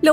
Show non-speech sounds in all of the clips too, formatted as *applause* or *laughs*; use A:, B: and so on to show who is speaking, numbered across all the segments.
A: Lo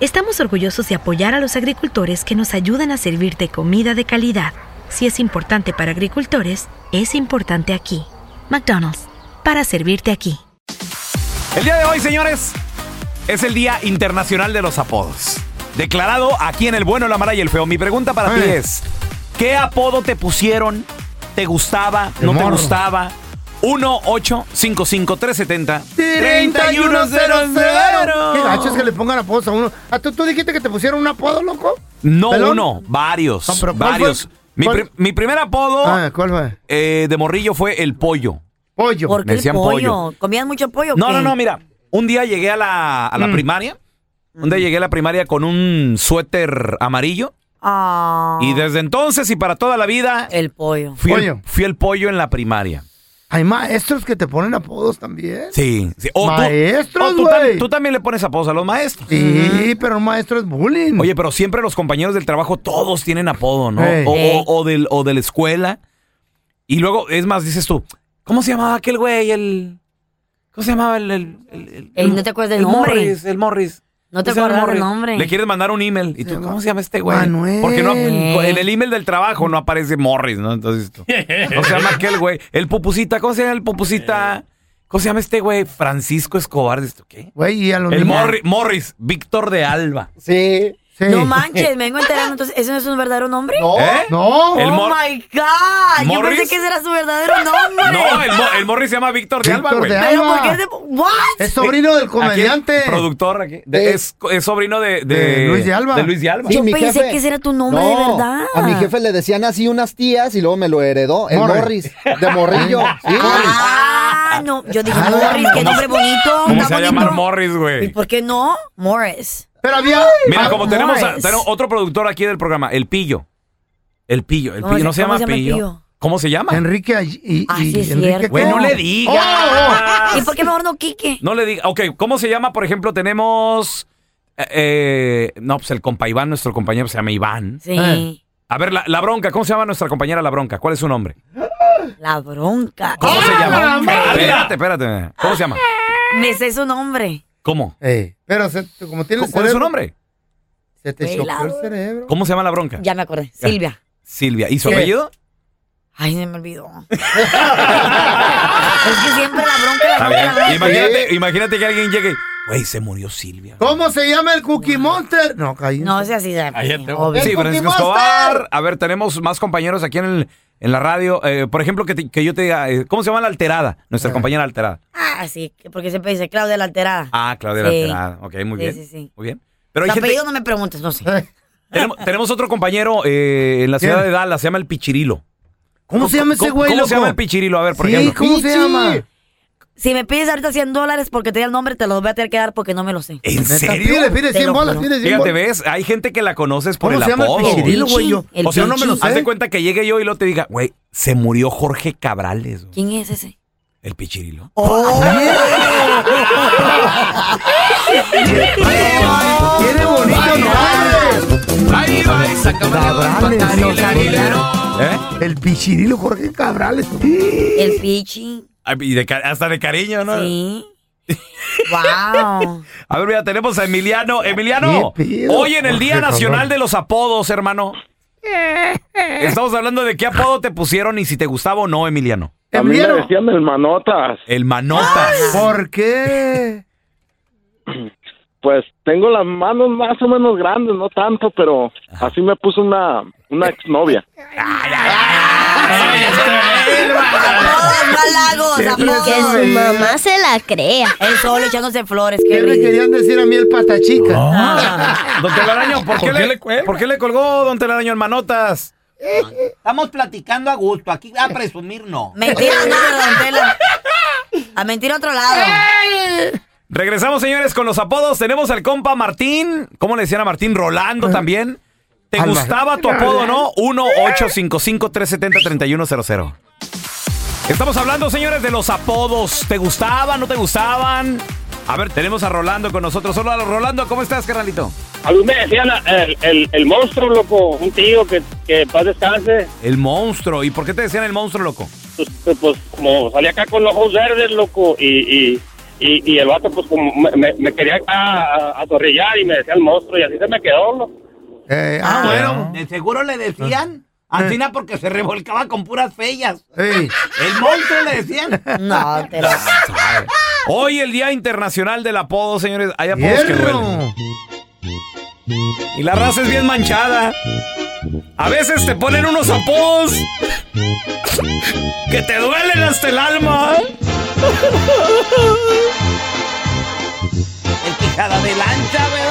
B: estamos orgullosos de apoyar a los agricultores que nos ayudan a servirte comida de calidad. Si es importante para agricultores, es importante aquí. McDonald's, para servirte aquí.
C: El día de hoy, señores, es el Día Internacional de los Apodos. Declarado aquí en El Bueno, la Mala y el Feo. Mi pregunta para ti
D: Eh.
C: es: ¿Qué apodo te pusieron? ¿Te gustaba?
D: De
C: ¿No te
D: morro.
C: gustaba? 1 855 370
D: Qué gacho es que le pongan apodos a uno. ¿A tú, tú dijiste que te pusieron un apodo, loco?
C: No
D: ¿Pelón?
C: uno, varios.
D: No, pero ¿cuál
C: varios.
D: fue?
C: Mi,
D: ¿Cuál?
C: pri- mi primer apodo
D: Ah, ¿cuál fue?
C: eh, de morrillo fue el pollo.
D: Pollo.
E: ¿Por
C: Me
E: qué
C: decían
E: el pollo?
C: pollo.
E: ¿Comías mucho pollo? o
C: No,
E: qué?
C: no,
E: Mm.
C: no, mira. Un día llegué a la, a la primaria. Un día llegué a la primaria con un suéter amarillo.
E: Ah,
C: Y desde entonces y para toda la vida
E: el pollo.
C: fui,
D: Pollo.
C: El, fui el pollo en la primaria.
D: Hay maestros que te ponen apodos también.
C: Sí. sí. O tú-
D: Maestros,
C: o tú,
D: güey.
C: tam- tú también le pones apodos a los maestros.
D: Sí, pero un maestro es bullying.
C: Oye, pero siempre los compañeros del trabajo todos tienen apodo, ¿no?
D: Ey.
C: O, o-
E: Ey.
C: o del, o de la escuela. Y luego, es más, dices tú, ¿cómo se llamaba aquel güey? El. ¿Cómo se llamaba el. el, el- el-
E: Ey, no te acuerdas del
C: el
E: nombre.
C: Morris, el Morris.
E: No te
C: ¿Cómo se llama el
E: acuerdas del
C: Morris?
E: nombre.
C: Le quieres mandar un email. ¿Y
D: Se
C: tú,
D: llama
C: cómo se llama este güey?
D: Manuel.
C: Porque no,
E: Ey.
C: en el email del trabajo no aparece Morris, ¿no? Entonces tú. ¿Cómo se llama aquel güey? El pupusita, ¿cómo se llama el pupusita? ¿Cómo se llama este güey? Francisco Escobar. Dices tú, ¿Qué?
D: Güey, y a los
C: El
D: niños-
C: Morri- Morris, Víctor de Alba.
D: Sí. sí.
F: *laughs*
E: No manches, me vengo enterando. Entonces, ¿ese no es un verdadero nombre?
C: ¿Eh?
D: No.
C: El
E: oh
C: Mor-
E: my God. Yo
C: ¿Morris?
E: pensé que ese era su verdadero nombre.
C: No, el, Mo- el Morris se llama Víctor de
D: Víctor
C: Alba, güey.
D: de
E: Pero
D: Alba.
E: ¿por qué es de. ¿What?
D: Es sobrino del comediante.
C: Eh,
D: Eh,
C: Aquí el productor aquí. De-
F: Sí.
C: es, es sobrino de,
D: De Luis de Alba.
C: Luis de Alba.
F: Sí,
E: Yo
F: mi
E: pensé
F: jefe-
E: que ese era tu nombre de verdad.
F: A mi jefe le decían así unas tías y luego me lo heredó. El
D: Morris.
F: Morris. De
D: *laughs*
F: morrillo. Sí.
E: Ah, no. Yo dije,
D: Ah,
E: Morris, qué
D: ¿cómo
E: nombre bonito.
C: ¿Cómo
E: está
C: se va a
E: bonito.
C: llamar Morris,
E: ¿Y
C: güey?
E: por qué no? Morris.
D: Pero había.
C: Mira,
D: Ah,
C: como tenemos, a-
E: Morris.
C: tenemos otro productor aquí del programa, el Pillo. El Pillo, el
E: ¿Cómo
C: Pillo.
E: se-
C: No se
E: cómo
C: llama
E: se llama el
C: Pillo.
E: Pillo?
C: ¿Cómo se llama?
D: Enrique allí- y,
E: Ah,
D: y
E: sí, es
D: Enrique
E: cierto.
C: Güey, no
D: ¿qué?
C: le
D: Oh,
E: ¿Y
C: digas.
E: por qué mejor no Quique?
C: No le digas. Ok, ¿cómo se llama? Por ejemplo, tenemos... eh, eh, no, pues el compa Iván, nuestro compañero se llama Iván.
E: Sí.
D: Eh.
C: A ver, la, la bronca, ¿cómo se llama nuestra compañera la bronca? ¿Cuál es su nombre?
E: La bronca.
C: ¿Cómo se
E: Ah,
C: llama?
E: hombre.
C: Espérate, espérate. ¿Cómo se llama?
E: Me sé su nombre.
C: ¿Cómo?
D: Oh. Ey, pero se- como tiene
C: ¿Cu-
D: el
C: ¿Cuál es su
D: cerebro-
C: nombre?
D: Se te
E: Güey,
D: choqueó
E: la-
D: el cerebro.
C: ¿Cómo se llama la bronca?
E: Ya me acordé. Silvia.
C: Silvia. ¿Y su
D: ¿Qué?
C: apellido?
E: Ay, se
C: *laughs*
E: me olvidó. es que siempre la bronca, la
C: Está
E: bronca, la bronca.
C: bien. Imagínate, imagínate que alguien llegue. y, Güey, se murió Silvia.
D: ¿Cómo se llama el Cookie Monster? No, caí.
E: No sé así. se- obvio.
C: Sí,
D: ¡El
C: Francisco
D: Cookie
C: Escobar.
D: Monster!
C: A ver, tenemos más compañeros aquí en, el, en la radio. Eh, por ejemplo, que, te- que yo te diga, eh, ¿cómo se llama la alterada? Nuestra compañera alterada.
E: Ah, sí. Porque siempre dice Claudia la alterada.
C: Ah, Claudia la
E: Sí.
C: alterada. Ok, muy
E: Sí,
C: bien.
E: sí, sí.
C: Muy bien. Pero hay
E: Su
C: gente-
E: apellido no me preguntes, no sé.
D: Eh,
C: tenemos, tenemos otro compañero eh, en la ciudad
D: ¿Quién?
C: de Dallas, se llama el Pichirilo.
D: ¿Cómo se llama ese
C: ¿Cómo-
D: güey,
C: ¿Cómo se
D: loco?
C: llama el Pichirilo? A ver, por
D: Sí,
C: ejemplo.
D: ¿cómo se
F: Pichi.
D: llama?
E: Si me pides ahorita 100 dólares porque te di el nombre, te los voy a tener que dar porque no me lo sé.
C: ¿En
D: Neta,
C: serio?
D: Pídele, pídele
E: Te
D: 100
E: lo
D: bolas,
E: juro.
D: pídele 100
C: Fíjate,
D: bolas.
C: ves, hay gente que la conoces por
D: ¿Cómo
C: el
D: se llama el
C: apodo.
D: pichirilo, güey? Yo,
E: El
D: o sea, yo no me lo
E: pichi.
C: Haz de
D: sé.
C: cuenta que llegue yo y luego te diga, güey, se murió Jorge Cabrales, güey.
E: ¿Quién es ese?
C: el pichirilo.
D: Oh. Tiene bonito nombre.
C: Ahí va, ahí
D: Cabrales, no,
C: ¿Eh?
D: El pichirilo Jorge Cabrales.
E: El pichi.
C: Ay, y de ca- hasta de cariño, ¿no?
E: Sí. wow.
C: A ver, mira, tenemos a Emiliano. Emiliano,
D: ¿Qué pedo?
C: hoy en el Día
D: Jorge,
C: Nacional
D: cabrón.
C: de los Apodos, hermano. Estamos hablando de qué apodo te pusieron y si te gustaba o no, Emiliano.
G: A mí me
D: Emiliano,
G: decían el manotas.
C: El Manotas.
D: ¿por qué?
G: Pues tengo las manos más o menos grandes, no tanto, pero así me puso una, una exnovia.
C: Ah,
D: Ah,
E: Todos halagos, apodos.
D: Sí.
H: Mamá se la crea.
E: Él solo echándose flores. Qué
D: ¿Qué le
E: ridículo.
D: querían decir a mí el pata chica? Ah,
C: Ah, Don Telaraño, ¿por, qué, le, ¿por qué le colgó Don Telaraño el Manotas?
I: Estamos platicando a gusto. Aquí a presumir no.
E: Mentira, no, don Tela. A mentir a otro lado.
C: Regresamos, señores, con los apodos. Tenemos al compa Martín. ¿Cómo le decían a Martín? Rolando también. ¿Te
D: Alma-
C: gustaba tu apodo o no? 1-855-370-3100. Estamos hablando, señores, de los apodos. ¿Te gustaban? ¿No te gustaban? A ver, tenemos a Rolando con nosotros. Hola, Rolando. ¿Cómo estás, carnalito?
G: A mí me decían el, el, el monstruo, loco, un tío que, que paz descanse.
C: El monstruo. ¿Y por qué te decían el monstruo, loco?
G: pues, pues, pues, como salí acá con los ojos verdes, loco, y, y, y, y el vato, pues, como me- me, me quería acá a- a- atorrillar y me decía el monstruo, y así se me quedó, loco.
D: Eh, ah, bueno.
I: De seguro le decían. Antina porque se revolcaba con puras fellas.
D: Ey,
I: El monstruo le decían.
E: No, te lo.
C: Hoy el Día Internacional del Apodo, señores. Hay apodos que duelen.
D: hierro.
C: Y la raza es bien manchada. A veces te ponen unos apodos que te duelen hasta el alma.
I: El quijada de lancha, ¿verdad?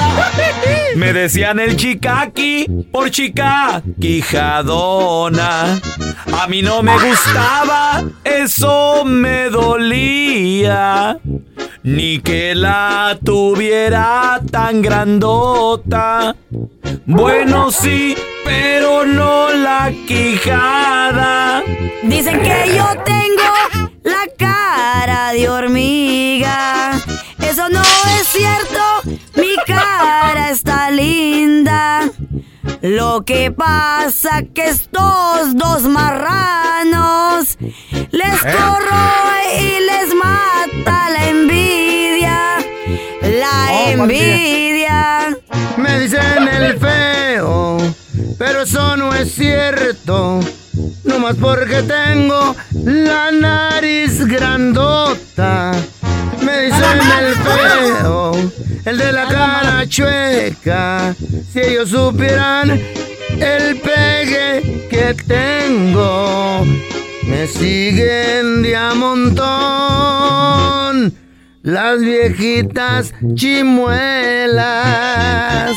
C: Me decían el chicaqui por chica quijadona. A mí no me gustaba, eso me dolía. Ni que la tuviera tan grandota. Bueno, sí, pero no la quijada.
E: Dicen que yo tengo la cara de hormiga. Eso no es cierto, mi cara está linda. Lo que pasa que estos dos marranos les corroe y les mata la envidia. La
D: Oh, mami.
E: envidia.
D: Me dicen el feo, pero eso no es cierto. No más porque tengo la nariz grandota. Me dicen el feo, el de la cara chueca. Si ellos supieran el pegue que tengo, me siguen de a montón. Las viejitas chimuelas.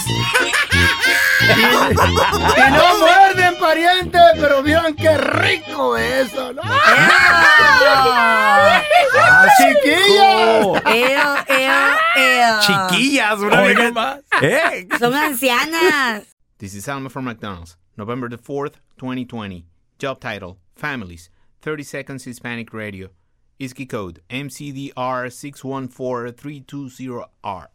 D: Y no muerden, pariente, pero vieron qué rico eso, ¿no? ¡Ah, chiquilla!
E: Eo, eo, eo.
C: Chiquillas, una vieja- ¿Eh?
E: Son ancianas.
J: This is Alma from McDonald's, November the 4th, 2020. Job title Families, 30 Seconds Hispanic Radio. ISKI code MCDR614320R.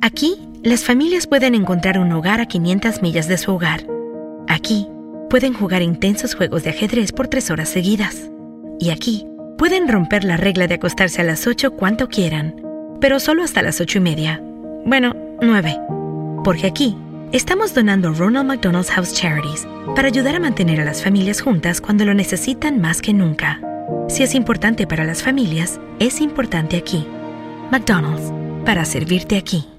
B: Aquí, las familias pueden encontrar un hogar a 500 millas de su hogar. Aquí, pueden jugar intensos juegos de ajedrez por tres horas seguidas. Y aquí, pueden romper la regla de acostarse a las 8 cuanto quieran, pero solo hasta las 8 y media. Bueno, 9. Porque aquí, estamos donando Ronald McDonald's House Charities para ayudar a mantener a las familias juntas cuando lo necesitan más que nunca. Si es importante para las familias, es importante aquí. McDonald's, para servirte aquí.